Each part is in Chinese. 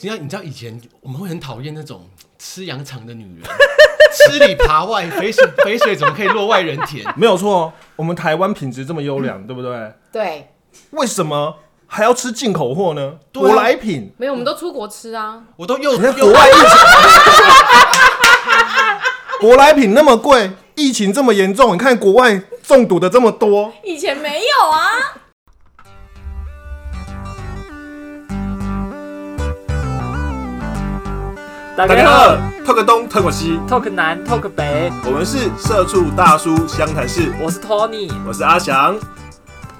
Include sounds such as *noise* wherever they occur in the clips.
你知道，你知道以前我们会很讨厌那种吃羊肠的女人， *laughs* 吃里扒外，肥水肥水怎么可以落外人田？没有错，哦我们台湾品质这么优嗯良，对不对？对，为什么还要吃进口货呢？对啊舶来品，没有，我们都出国吃啊。我都又人家又国外疫情， *laughs* 舶来品那么贵，疫情这么严重，你看国外中毒的这么多，以前没有啊。 *laughs* 大大家好，，talk 东 talk 西， ，Talk 南 Talk 北，我们是社畜大叔湘潭市，我是 Tony。我是阿翔，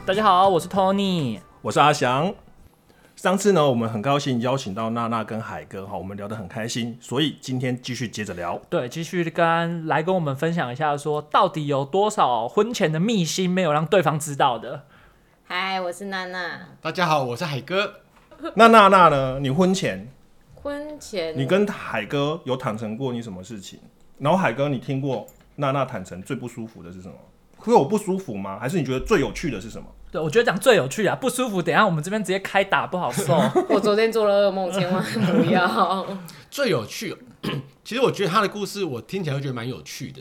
大家好，我是 Tony。我是阿翔。上次呢，我们很高兴邀请到娜娜跟海哥哈，我们聊得很开心，所以今天继续接 *laughs* 着聊。对，继续跟来跟我们分享一下说到底有多少婚前的秘辛没有让对方知道的？嗨，我是娜娜。大家好，我是海哥。那娜娜呢？你婚前婚前你跟海哥有坦诚过你什么事情？然后海哥，你听过娜娜坦诚最不舒服的是什么？会有不舒服吗？还是你觉得最有趣的是什么？对，我觉得讲最有趣啊，不舒服，等一下我们这边直接开打不好受。 *laughs* 我昨天做了噩梦，千万 *laughs* 不要。最有趣， *coughs* 其实我觉得他的故事我听起来会觉得蛮有趣的，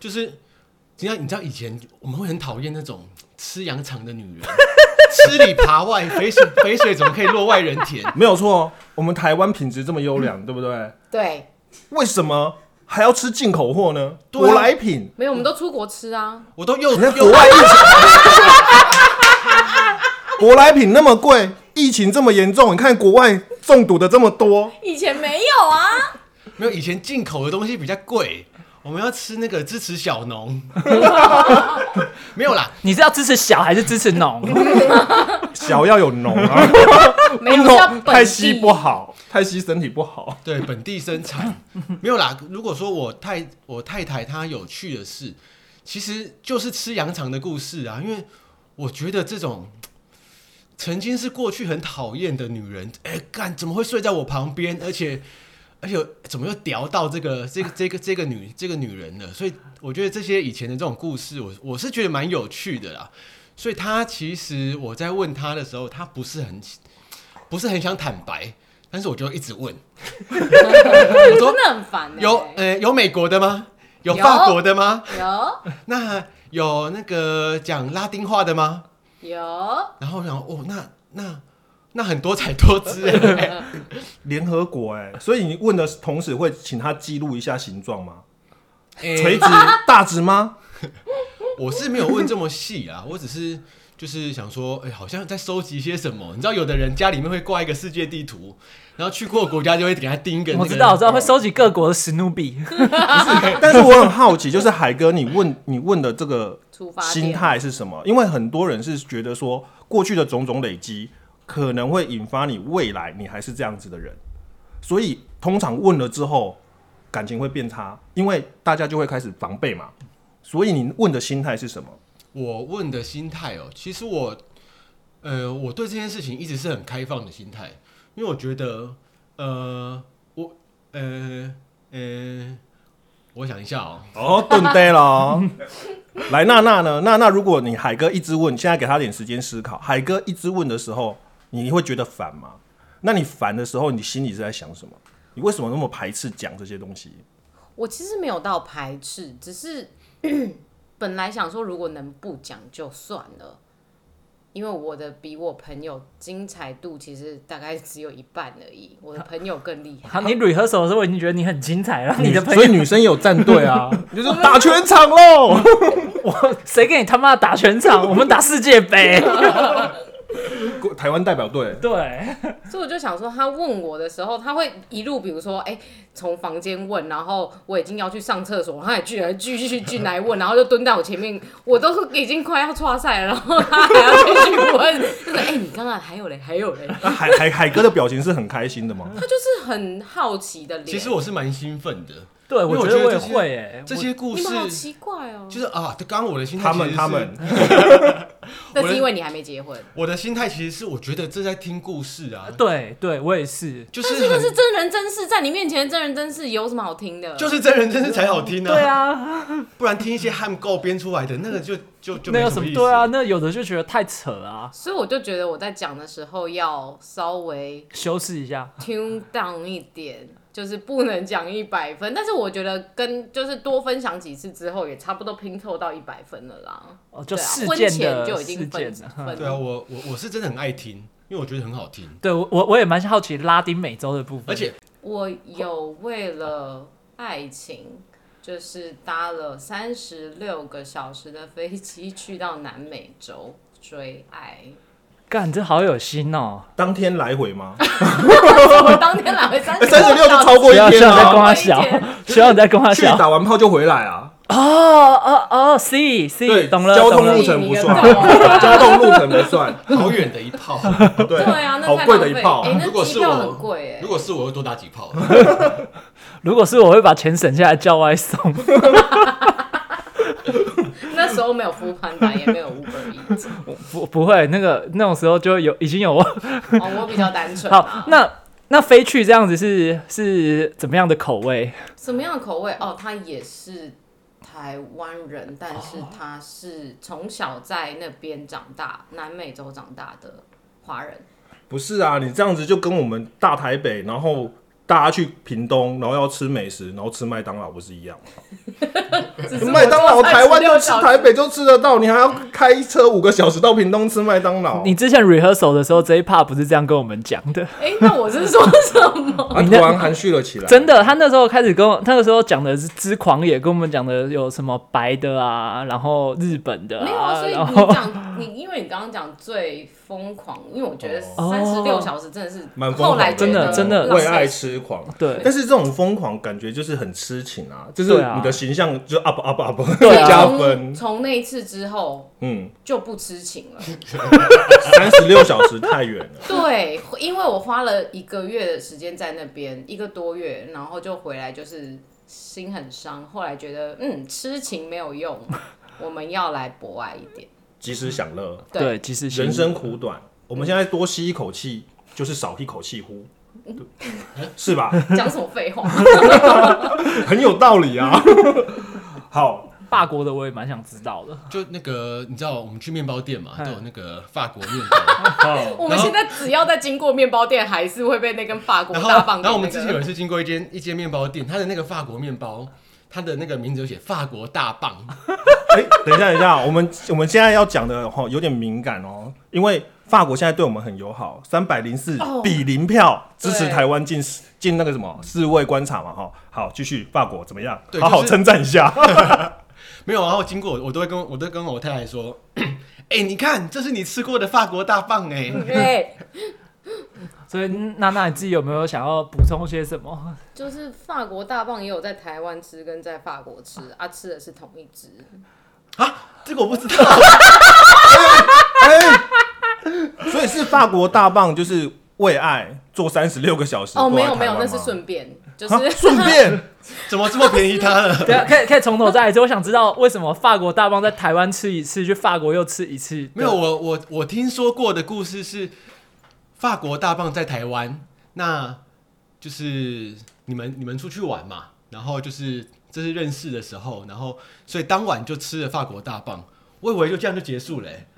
就是你知道，你知道以前我们会很讨厌那种吃羊肠的女人， *laughs* 吃里扒外，肥水肥水怎么可以落外人田？没有错，我们台湾品质这么优良，对不对？对，为什么还要吃进口货呢？对啊舶来品，没有，我们都出国吃啊。我都又人家又国外疫情， *laughs* 舶来品那么贵，疫情这么严重，你看国外中毒的这么多，以前没有 *laughs* 啊。没有以前进口的东西比较贵，我们要吃那个支持小农， *laughs* 没有啦，你是要支持小还是支持农？ *laughs* 小要有浓 *laughs* 啊，没有浓叫本 *laughs* 地太稀不好，太稀身体不好。 *laughs* 对本地生产没有啦。如果说我太我太太她有趣的事，其实就是吃羊肠的故事啊，因为我觉得这种曾经是过去很讨厌的女人，哎、干怎么会睡在我旁边，而且。而且怎么又聊到这个这个这个这个女这个女人了？所以我觉得这些以前的这种故事，我我是觉得蛮有趣的啦。所以她其实我在问她的时候，她不是很不是很想坦白，但是我就一直问，我说真的很烦欸。有呃有美国的吗？有有法国的吗？有那有那个讲拉丁话的吗？有，然后我想哦，那那那很多彩多 *laughs* 姿欸联合国哎、所以你问的同时会请他记录一下形状吗？垂欸。直、大直吗？我是没有问这么细啊，我只是就是想说，哎、好像在收集些什么。你知道，有的人家里面会挂一个世界地图，然后去过国家就会给他钉一个、那个。我知道，我知道会收集各国的史努 *laughs* 比。 *laughs* 但是我很好奇，就是海哥，你问 *laughs* 你问的这个出发点心态是什么？因为很多人是觉得说，过去的种种累积可能会引发你未来你还是这样子的人，所以通常问了之后，感情会变差，因为大家就会开始防备嘛。所以你问的心态是什么？我问的心态哦，其实我，呃，我对这件事情一直是很开放的心态，因为我觉得，呃，我，呃，呃，我想一下哦，哦，顿呆了哦。来，娜娜呢？娜娜，如果你海哥一直问，现在给他点时间思考。海哥一直问的时候，你会觉得烦吗？那你烦的时候，你心里是在想什么？你为什么那么排斥讲这些东西？我其实没有到排斥，只是 *clears throat* 本来想说如果能不讲就算了，因为我的比我朋友精彩度其实大概只有一半而已，我的朋友更厉害好，。你 rehearsal 的时候我已经觉得你很精彩了，你的朋所以友女生有站队啊，就是打全场喽。谁跟你他妈打全 *laughs* 场？我们打世界杯。台湾代表队， *laughs* 对，所以我就想说，他问我的时候，他会一路，比如说，哎、从房间问，然后我已经要去上厕所，他也居然继续进来问，然后就蹲在我前面，我都是已经快要岔赛了，然后他还要继续问， *laughs* 就是哎、你刚才还有嘞，还有嘞， *laughs* 那海海海哥的表情是很开心的吗？他就是很好奇的脸。其实我是蛮兴奋的，对，因为我觉觉得我也这些会诶。这些故你事们好奇怪哦、就是啊，就刚刚我的心态他其们实他是们，那是因为你还没结 *laughs* 婚。我的心态其实是，我觉得这在听故事啊，对对，我也是。就但是呃是那很是真人真事，在你面前的真人真事有什么好听的？就是真人真事才好听啊，对，啊，不然听一些汉告编出来的那个就就就那没有什什么么意？思。对啊，，那有的就觉得太扯啊，所以我就觉得我在讲的时候要稍微修饰一下。 tune down 一点，就是不能讲一百分。但是我觉得跟就是多分享几次之后，也差不多拼凑到一百分了啦。哦，就对啊事婚件的前就已事经分件分啊。了。嗯对啊，我我我是真的很爱听，因为我觉得很好听，对我我我也蛮好奇拉丁美洲的部分，而且我有为了爱情，就是搭了三十六个小时的飞机去到南美洲追爱。干你这好有心哦，当天来回吗？哎我当天来回三十三十六就超过不一要希天望你啊，在跟他我一天小，希望你在跟他去小。打完炮就回来啊。哦哦哦，C C，对懂了，交通懂了路程不算你个头啊加动路程不算，好远的一炮。对 *laughs* 对啊，那好太贵浪的一费炮啊哎、如果那是机票我很贵哎、如果是我，会多打几炮。如果是我会把钱省下来叫外送， *laughs* *laughs* 那时候没有付盘打，也没有 Uber Eats 不不会，那个那种时候就有已经 *laughs* 有哦，我比较单纯、啊。好，那那飞去这样子是是怎么样的口味？什么样的口味？哦，他也是台湾人，但是他是从小在那边长大，南美洲长大的华人。不是啊，你这样子就跟我们大台北，然后大家去屏东，然后要吃美食，然后吃麦当劳，不是一样吗？麦当劳台湾就吃，台北就吃得到，你还要开车五个小时到屏东吃麦当劳？你之前 rehearsal 的时候，这一 part 不是这样跟我们讲的，哎、那我是说什么？啊，你突那然含蓄了起来，真的。他那时候开始跟我，他那时候讲的是之狂野，跟我们讲的有什么白的啊，然后日本的没有啊，啊，所以然你后讲你，因为你刚刚讲最疯狂，因为我觉得哦三十六小时真的是，蛮疯后狂的啊来觉真的得真的浪费为爱痴狂。 *laughs* 对但是这种疯狂感觉就是很痴情啊，就是对啊你的形象就 up up up 对 *laughs* 啊加分从，从那一次之后嗯，就不痴情了。三十六小时太远了，对，因为我花了一个月的时间在那边，一个多月，然后就回来，就是心很伤。后来觉得，嗯，痴情没有用，我们要来博爱一点。及时享乐。 *laughs* 对，其实人生苦短，我们现在多吸一口气，就是少一口气呼，对是吧？讲什么废话？很有道理啊。 *laughs* 好，法国的我也蛮想知道的，就那个，你知道，我们去面包店嘛，嗯都有那个法国面包。我们现在只要在经过面包店，还是会被那根法国然后，大棒、那个然后我们之前有一次经过一间一间面包店，它的那个法国面包，它的那个名字有写法国大棒。 *laughs* 哎、等一下，等一下，我们我们现在要讲的哈有点敏感哦，因为法国现在对我们很友好，三百零四哦比零票支持对台湾进进那个什么世卫观察嘛哈。好，继续法国怎么样？对好好就是称 *laughs* 赞一下。没有，然后经过我都会跟我都会跟我太太说， *coughs* 哎、你看，这是你吃过的法国大棒哎、 *laughs* 对，所以嗯娜娜你自己有没有想要补充些什么？ *laughs* 就是法国大棒也有在台湾吃跟在法国吃啊，吃的是同一只。啊，这个我不知道。所以是法国大棒，就是为爱做三十六个小时。哦，没坐有在没有，台湾那吗是顺便，就啊是 *laughs* 顺便。怎么这么便宜他了？对啊，可以可以从头再来一次。我想知道为什么法国大棒在台湾吃一次，去法国又吃一次？没有，我我我听说过的故事是，法国大棒在台湾，那就是你们你们出去玩嘛，然后就是这是认识的时候，然后所以当晚就吃了法国大棒，我以为就这样就结束了、欸。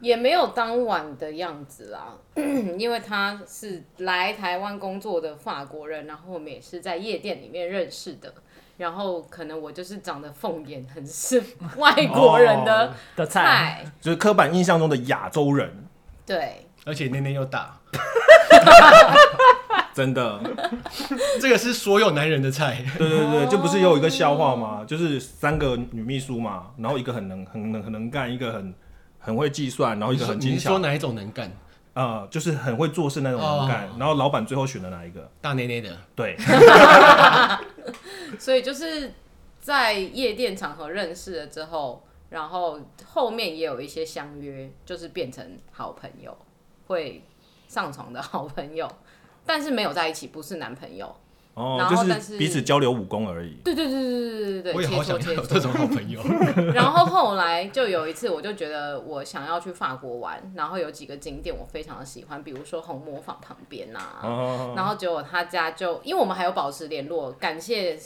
也没有当晚的样子啦， *clears throat* 因为他是来台湾工作的法国人，然后我们也是在夜店里面认识的。然后可能我就是长得凤眼，很是外国人的的哦菜，啊菜，就是刻板印象中的亚洲人，对，而且年年又大，真的，这个是所有男人的菜。对对对，就不是有一个笑话吗？就是三个女秘书嘛，然后一个很能很能很能干，一个很很会计算，哦然后 *laughs* 一你个说很你精是说巧，哪一种能干？呃，就是很会做事那种能哦干。然后老板最后选了哪一个？大内内的，对，所以就是在夜店场合认识了之后，然后后面也有一些相约，就是变成好朋友，会上床的好朋友，但是没有在一起，不是男朋友。哦然，就后但是彼此交流武功而已。对对对对对对对我对，也切好磋想要切有磋。这种好朋友。 *laughs* 然后后来就有一次，我就觉得我想要去法国玩，然后有几个景点我非常的喜欢，比如说红磨坊旁边啊呐、 *laughs* 哦，然后结果他家就，因为我们还有保持联络，感谢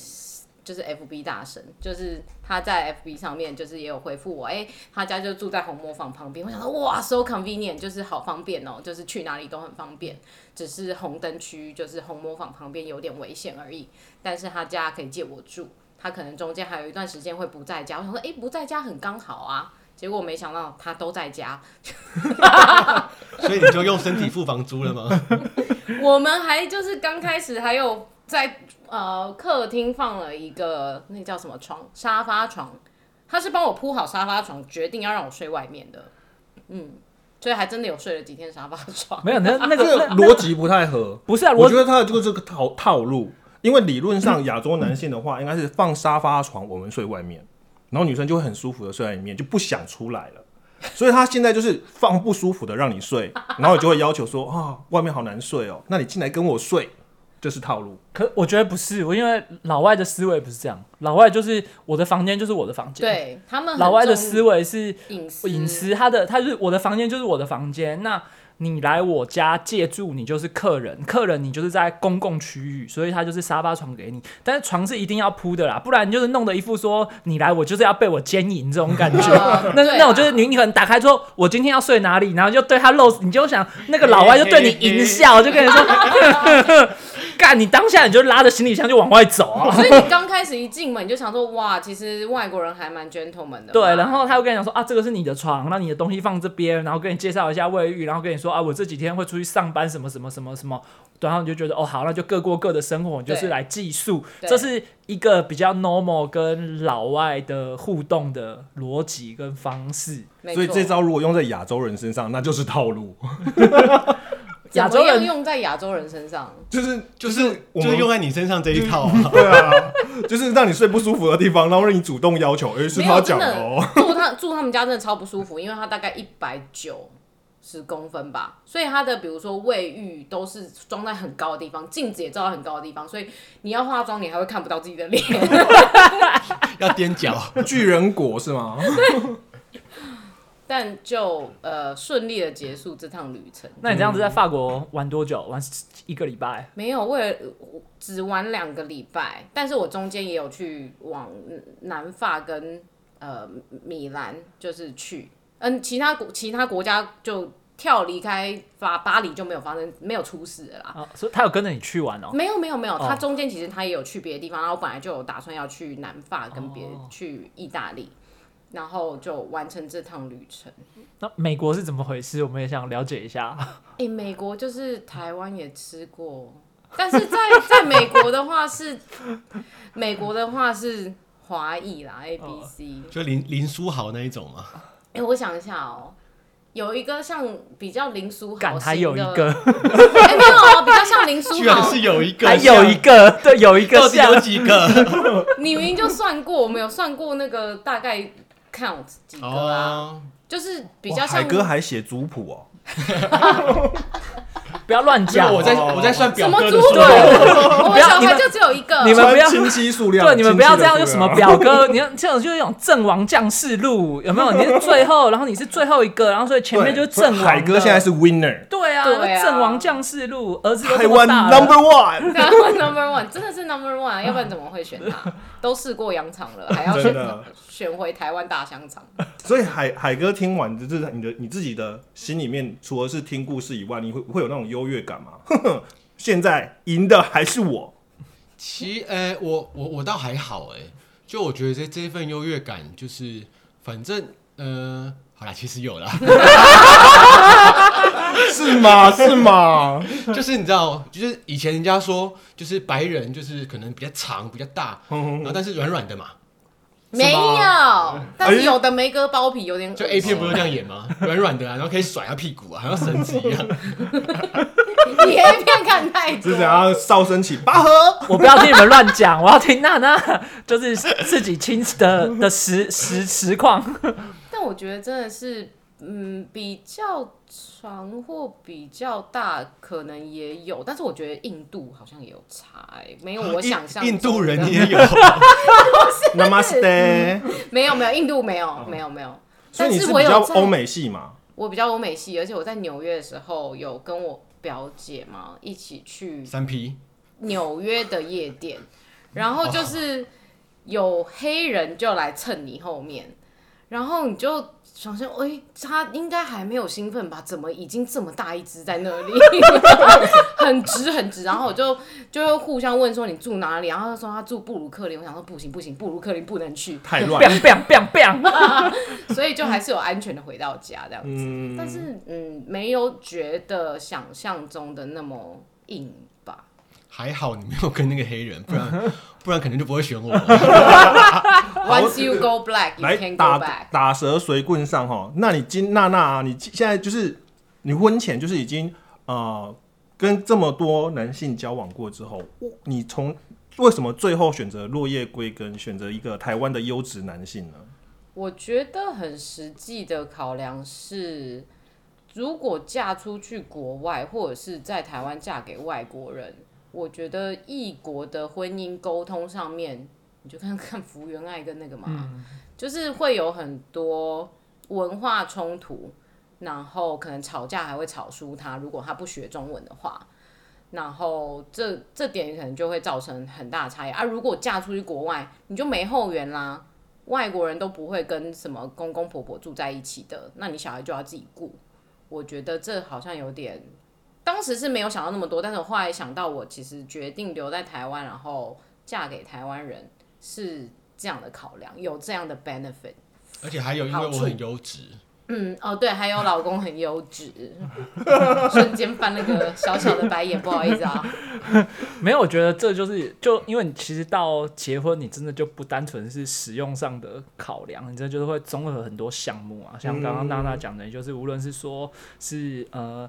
就是 FB 大神，就是他在 FB 上面就是也有回复我，哎、他家就住在红磨坊旁边，我想说哇，so convenient，就是好方便哦，就是去哪里都很方便，只是红灯区就是红磨坊旁边有点危险而已，但是他家可以借我住，他可能中间还有一段时间会不在家，我想说哎、不在家很刚好啊。结果没想到他都在家，所以你就用身体付房租了吗？ *laughs* 我们还就是刚开始还有在呃客厅放了一个那叫什么床沙发床，他是帮我铺好沙发床，决定要让我睡外面的，嗯，所以还真的有睡了几天沙发床。没有那 *laughs* 那这个个那逻辑不太合。不是啊，我逻觉辑得他的就是个套套路，因为理论上亚洲男性的话，应该是放沙发床，我们睡外面，然后女生就会很舒服的睡在里面，就不想出来了。所以他现在就是放不舒服的让你睡，然后你就会要求说啊，外面好难睡哦，那你进来跟我睡，这是套路。可我觉得不是，我因为老外的思维不是这样，老外就是我的房间 *laughs* 就是我的房间，对他们很老外的重思维是隐私隐私，他的他就是我的房间就是我的房间，那你来我家借住，你就是客人，客人你就是在公共区域，所以他就是沙发床给你，但是床是一定要铺的啦，不然就是弄得一副说你来我就是要被我奸淫这种感觉。呃 *laughs* *laughs* 那对那我啦就是你，你可能打开之后，我今天要睡哪里，然后就对他露，你就想那个老外就对你淫笑，就跟你说， *laughs* 干，你当下你就拉着行李箱就往外走啊。所以你刚开始一进门你就想说哇，其实外国人还蛮 gentleman 的嘛。对，然后他会跟你讲说啊，这个是你的床，那你的东西放这边，然后跟你介绍一下卫浴，然后跟你说啊，我这几天会出去上班，什么什么什么什么，然后你就觉得哦，好，那就各过各的生活，你就是对来寄宿，对这是一个比较 normal 跟老外的互动的逻辑跟方式。没所以错这招如果用在亚洲人身上，那就是套路，怎亚么洲样人用在亚洲人身上， *laughs* 就是就是我就是们用在你身上这一套 *laughs* 啊。对啊，就是让你睡不舒服的地方，然后让你主动要求，哎、是没他有真讲的的哦。住他住他们家真的超不舒服，因为他大概一百九十公分吧，所以他的比如说卫浴都是装在很高的地方，镜子也照在很高的地方，所以你要化妆你还会看不到自己的脸。 *laughs* 要踮脚，巨人果是吗？但就呃顺利的结束这趟旅程，那你这样子在法国玩多久？玩一个礼拜？没有为了我只玩两个礼拜，但是我中间也有去往南法跟呃米兰就是去，嗯，其他国其他国家就跳离开法巴黎就没有发生没有出事了啦。啊，所以他有跟着你去玩哦。没有没有没有，哦他中间其实他也有去别的地方，然后我本来就有打算要去南法跟别、去意大利，然后就完成这趟旅程。那美国是怎么回事？我们也想了解一下。哎、美国就是台湾也吃过，但是在在美国的话是，美国的话是华裔啦，A B C。就林林书豪那一种嘛。哎、我想一下哦、有一个像比较林书敢豪还型有一的，个，哎、没有哦、比较像林书居然豪，是有一个，还有一，个，对，有一个到底像有几 *laughs* 个？你明明就算过，我们有算过那个大概 count 几个啊。哦，就是比较哇海像哥还写族谱哦，不要乱这讲个。我在我在算什表么哥猪的对，数量。我不们要小你孩们就只有一个。你们不要穿亲戚数量，对，你们不要这样，就就什么表哥，你看这种就是一种阵亡将士路，有没 *laughs* 有？你是最后，然后你是最后一个，然后所以前面就是阵亡的。海哥现在是 winner，对啊，对啊阵亡将士路，儿子都台这么湾大了 number *laughs* one，台湾 number one 真的是 number one，要不然怎么会选他？都试过羊肠了，还要真选的。选回台湾大香肠。所以海海哥听完，就是你的你自己的心里面，除了是听故事以外，你会会有那种优越感吗？ *laughs* 哼哼，现在赢的还是我，其呃、我我我倒还好哎、就我觉得这这份优越感，就是反正呃，好啦，其实有啦， *laughs* 是吗？是吗？就是你知道，就是以前人家说，就是白人就是可能比较长、比较大，然后但是软软的嘛，没有，但是有的梅哥包皮有点恶就心 A 片不是这样演吗？ *laughs* 软软的啊，然后可以甩他屁股啊，好像绳子一样。 *laughs* 你 A 片看太是多怎。样啊哨声起拔河？我不要听你们乱讲，我要听娜娜， *laughs* 就是自己亲的的实实实况。但我觉得真的是嗯，比较长或比较大，可能也有，但是我觉得印度好像也有差、欸，没有我想象中的印度人也 *laughs* 有， Namaste。没有没有印度没有没有没有，所以但你是我比有较在欧美系嘛？我比较欧美系，而且我在纽约的时候有跟我表姐嘛一起去三 P 纽约的夜店，然后就是有黑人就来蹭你后面，然后你就想说，哎、他应该还没有兴奋吧？怎么已经这么大一只在那里， *laughs* 很直很直？然后我就就会互相问说你住哪里，然后他说他住布鲁克林，我想说不行不行，布鲁克林不能去，太乱。 ，biang biang biang biang，所以就还是有安全的回到家这样子。嗯，但是嗯，没有觉得想象中的那么硬吧。还好你没有跟那个黑人，不然不然可能就不会选我。 Once you go black, you 来 can go 打 back。打蛇随棍上哈。那你今娜娜啊，你现在就是你婚前就是已经呃跟这么多男性交往过之后，你从为什么最后选择落叶归根，选择一个台湾的优质男性呢？我觉得很实际的考量是，如果嫁出去国外，或者是在台湾嫁给外国人，我觉得异国的婚姻沟通上面，你就看看福原爱跟那个嘛，就是会有很多文化冲突，然后可能吵架还会吵输他，如果他不学中文的话。然后这这点可能就会造成很大的差异啊！如果嫁出去国外，你就没后援啦，外国人都不会跟什么公公婆婆住在一起的，那你小孩就要自己顾。我觉得这好像有点，当时是没有想到那么多，但是我后来想到，我其实决定留在台湾，然后嫁给台湾人是这样的考量，有这样的 benefit。而且还有，因为我很优质，嗯，哦，对，还有老公很优质， *laughs* 瞬间翻了个小小的白眼，不好意思啊。没有，我觉得这就是就因为你其实到结婚，你真的就不单纯是使用上的考量，你这就是会综合很多项目啊，像刚刚娜娜讲的，就是无论是说是呃。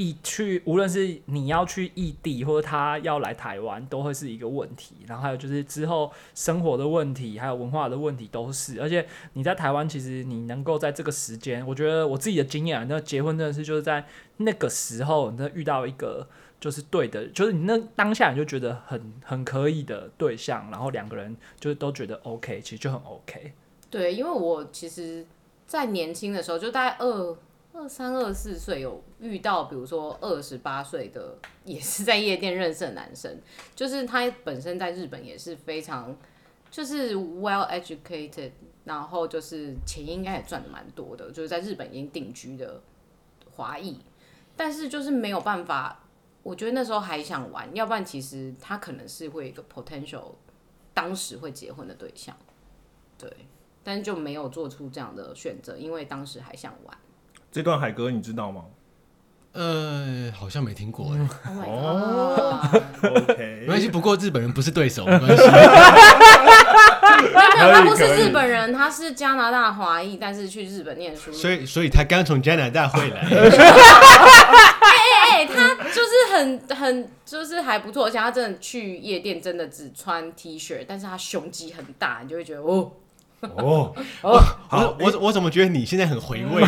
异去，无论是你要去异地，或者他要来台湾，都会是一个问题。然后还有就是之后生活的问题，还有文化的问题都是。而且你在台湾，其实你能够在这个时间，我觉得我自己的经验啊，那结婚真的是就是在那个时候，你真的遇到一个就是对的，就是你那当下你就觉得很很可以的对象，然后两个人就是都觉得 OK，其实就很 OK。对，因为我其实，在年轻的时候，就大概二二三二四岁，有遇到比如说二十八岁的，也是在夜店认识的男生，就是他本身在日本也是非常就是 well educated，然后就是钱应该也赚的蛮多的，就是在日本已经定居的华裔，但是就是没有办法。我觉得那时候还想玩，要不然其实他可能是会有一个 potential，当时会结婚的对象，对。但就没有做出这样的选择，因为当时还想 *laughs* 玩。这段海哥你知道吗呃，好像没听过哎。 Oh my god！没？OK，关系，不过日本人不是对手，没关系。没有没有，他不可是以日本人，他是加拿大华裔，但是去日本念书。所以，所以他刚从加拿大回来，哎、他就是很 *laughs* 很就是还不错，而且他真的去夜店真的只穿 T 恤，但是他胸肌很大，你就会觉得哦，哦，我我我怎么觉得你现在很回味？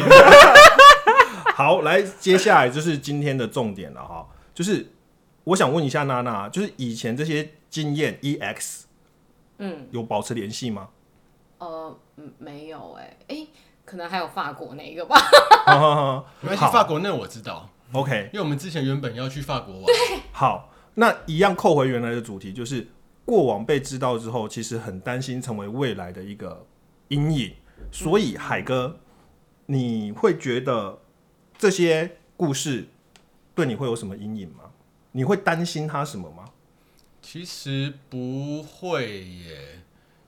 好，来，接下来就是今天的重点了哈，就是我想问一下娜娜，就是以前这些经验 EX，嗯，有保持联系吗？呃，嗯没有哎、哎、可能还有法国那一个吧。好好好没关系，好法国那我知道， ，OK，因为我们之前原本要去法国玩，好，那一样扣回原来的主题，就是过往被知道之后，其实很担心成为未来的一个阴影。所以海哥，你会觉得这些故事对你会有什么阴影吗？你会担心他什 *laughs* 么吗？其实不会耶，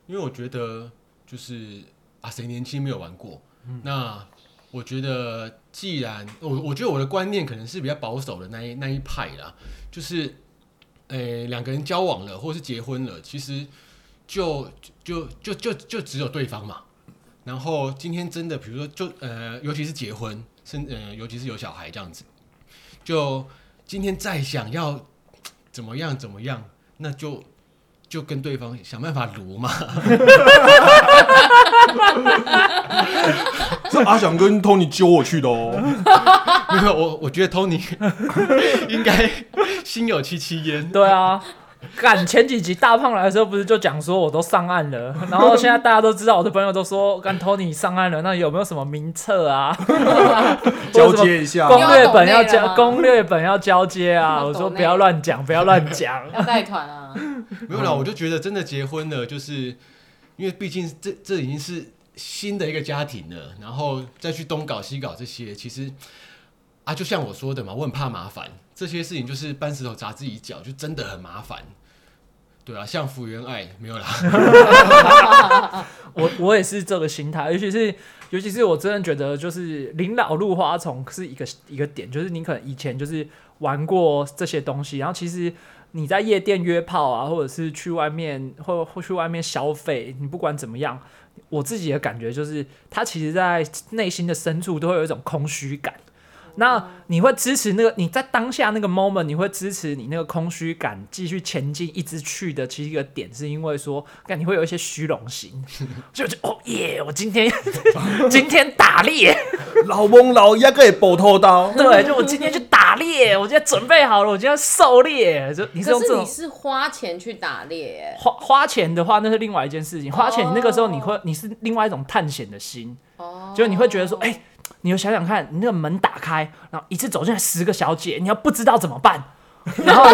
因为我觉得就是啊，谁年轻没有玩过？那我觉得，既然我我觉得我的观念可能是比较保守的那一那一派啦，就是，呃，两个人交往了或是结婚了，其实就就就就就只有对方嘛。然后今天真的，比如说就呃，尤其是结婚，甚呃，尤其是有小孩这样子，就今天再想要怎么样怎么样，那就就跟对方想办法撸嘛。 *laughs* 是阿翔跟 Tony 揪我去的哦。没有，我我觉得 Tony *laughs* 应该心有戚戚焉。对啊， *laughs* 干前几集大胖来的时候不是就讲说我都上岸了，然后现在大家都知道，我的朋友都说干 Tony 上岸了，那有没有什么名册 *laughs* 啊？交接一啊下攻略本又要抖内要了交吗攻略本要交接啊！又要抖我内。说不要乱讲，不要乱讲要带团啊，没有啦，我就觉得真的结婚了，就是因为毕竟这这已经是新的一个家庭了，然后再去东搞西搞这些，其实啊，就像我说的嘛，我很怕麻烦，这些事情就是搬石头砸自己脚，就真的很麻烦。对啊，像福原爱没有啦， *laughs* 我我也是这个心态，尤其是尤其是我真的觉得就是临老入花丛是一个一个点，就是你可能以前就是玩过这些东西，然后其实你在夜店约炮啊，或者是去外面或或去外面消费，你不管怎么样，我自己的感觉就是，他其实在内心的深处都会有一种空虚感。那你会支持那个你在当下那个 moment，你会支持你那个空虚感继续前进，一直去的其实一个点，是因为说，看你会有一些虚荣心，就就哦耶，我今天 *laughs* 今天 *laughs* 打猎，老翁老鸭可以搏头刀，对，就我今天去打猎，我今天准备好了，我今天要狩猎，就你是可用这是你种是花钱去打猎哎耶，花花钱的话，那是另外一件事情，花钱你那个时候你会你是另外一种探险的心，哦，就你会觉得说，哎、你有想想看，你那个门打开，然后一次走进来十个小姐，你要不知道怎么办，然后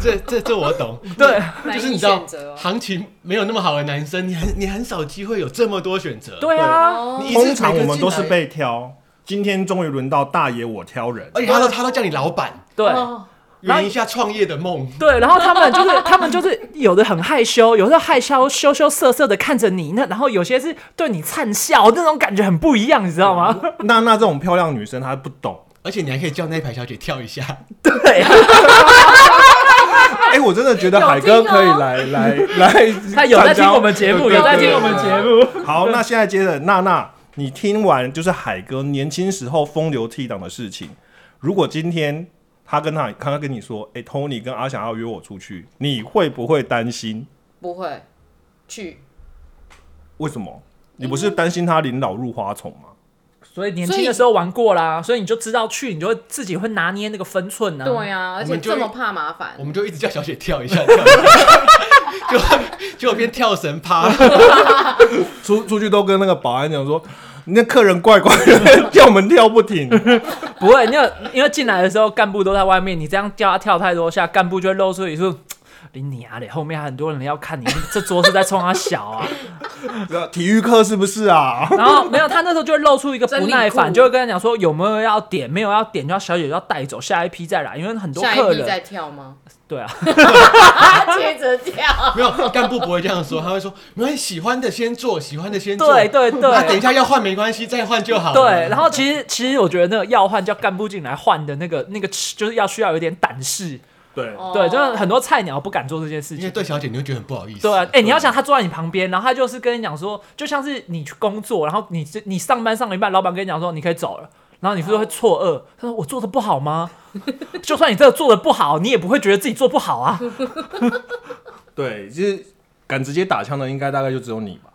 这这这我懂，对难就以是你知道选择哦行情没有那么好的男生，你很你很少机会有这么多选择。，对啊，哦，你一直通常我们都每个进是来，被挑，今天终于轮到大爷我挑人。哎而且他都他都叫你老板，对。哦然后圆一下创业的梦。对，然后他们就 *laughs* 是他们就是有的很害羞，有的害羞羞羞涩涩的看着你，那然后有些是对你灿笑，那种感觉很不一样，你知道吗？那那这种漂亮女生她不懂。而且你还可以叫那一排小姐跳一 *laughs* 下， *laughs* 对，，哎、我真的觉得有海哥听哦可以来来来 *laughs* *laughs* 他有参在加听我们节目，对有在对听我们节 *laughs* 目。好，那现在接着娜娜，你听完就是海哥年轻时候风流倜傥的事情。如果今天他跟他刚刚跟你说，哎、t o n y 跟阿翔要约我出去，你会不会担心？不会去，为什么？你不是担心他临老入花丛吗？所以年轻的时候玩过啦，所以你就知道去，你就会自己会拿捏那个分寸呢、对啊，而我且们就这么怕麻烦我，们就一直叫小姐跳一下，跳一下 *laughs* 就就变跳绳 *laughs* 趴了。出出去都跟那个保安讲说，你那客人怪怪的， *laughs* 叫我们跳不 *laughs* 停。不会，因为因为进来的时候干部都在外面，你这样叫他跳太多下，干部就会露出一副。你你啊嘞，后面还很多人要看你，这桌是在冲他小啊。体育课是不是啊？然后没有，他那时候就会露出一个不耐真理烦，库就会跟他讲说有没有要点，没有要点就要小姐要带走，下一批再来，因为很多下客一批再人。跳 *laughs* 吗？啊对啊，接着跳，没有干部不会这样说，他会说没关系，喜欢的先做，喜欢的先做。对对那等一对。下要换没关系，再换就好了。对，然后其实其实我觉得那个要换叫干部进来换的那个那个就是要需要有点胆识，对哦对，就是很多菜鸟不敢做这件事因为情。对小姐你会觉得很不好意思。对啊，哎、你要想他坐在你旁边，然后他就是跟你讲说，就像是你去工作，然后你是你上班上了一半，老板跟你讲说你可以走了，然后你是不是会错愕？他说我做的不好吗？ *laughs* 就算你这个做的不好，你也不会觉得自己做不好啊。对，就是敢直接打枪的，应该大概就只有你吧。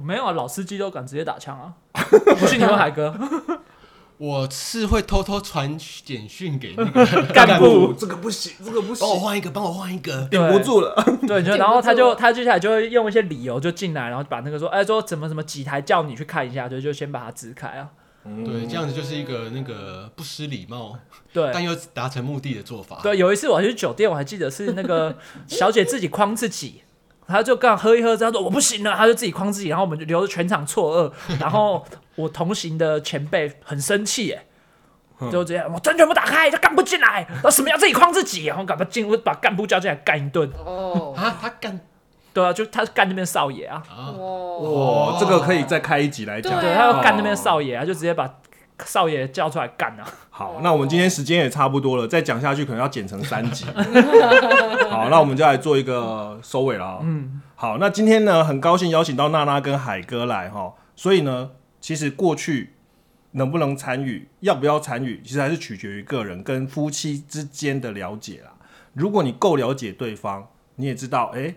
*laughs* 没有啊，老司机都敢直接打 *laughs* 枪啊！不信你问海 *laughs* 哥，我是会偷偷传简讯给那 *laughs* 个干部，这个不行，这个不帮我换一个，帮我换一个。对哦顶不住了。对，顶就不住然后他就他接下来就会用一些理由就进来，然后把那个说，哎，说怎么怎么几台叫你去看一下，就就先把它支开啊。对，这样子就是一个那个不失礼貌，但对又达成目的的做法。对，有一次我去酒店，我还记得是那个小姐自己框自己。她就刚好喝一喝，她说我不行了，她就自己框自己，然后我们就留着全场错愕。然后我同行的前辈很生气，耶，就直接我全全部打开，就干部进来，然后什么要自己框自己，然后赶快进，我把干部叫进来干一顿。哦，啊，他干对啊，就他干那边少爷啊，啊， *laughs* 哇，哇，哦这个可以再开一集来讲。对对，啊他要干那边少爷啊，就直接把少爷叫出来干啊。好，那我们今天时间也差不多了，再讲下去可能要剪成三集。好，那我们就来做一个收尾了啊。嗯，好，那今天呢，很高兴邀请到娜娜跟海哥来哈，所以呢，其实过去能不能参与，要不要参与，其实还是取决于个人跟夫妻之间的了解啦。如果你够了解对方，你也知道，哎、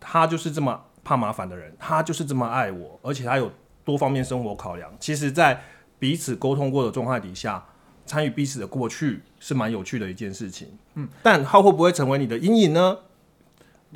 他就是这么怕麻烦的人，他就是这么爱我，而且他有多方面生活考量。其实，在彼此沟通过的状态底下，参与彼此的过去是蛮有趣的一件事情。嗯，但它会不会成为你的阴影呢？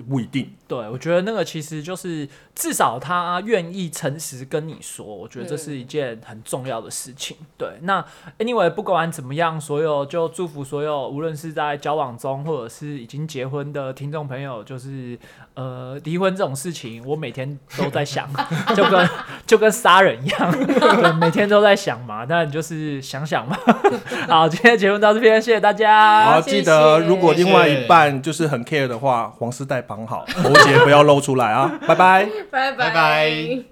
不一定。对，我觉得那个其实就是至少他愿意诚实跟你说，我觉得这是一件很重要的事情。对，那 anyway 不管怎么样，所有就祝福所有无论是在交往中或者是已经结婚的听众朋友，就是呃离婚这种事情，我每天都在想， *laughs* 就跟就跟杀人一样， *laughs* 对，每天都在想嘛。那你就是想想嘛。 *laughs* 好，今天的节目到这边，谢谢大家。好，谢谢记得如果另外一半就是很 care 的话，黄丝带绑好，喉结不要露出来啊，拜拜。拜拜拜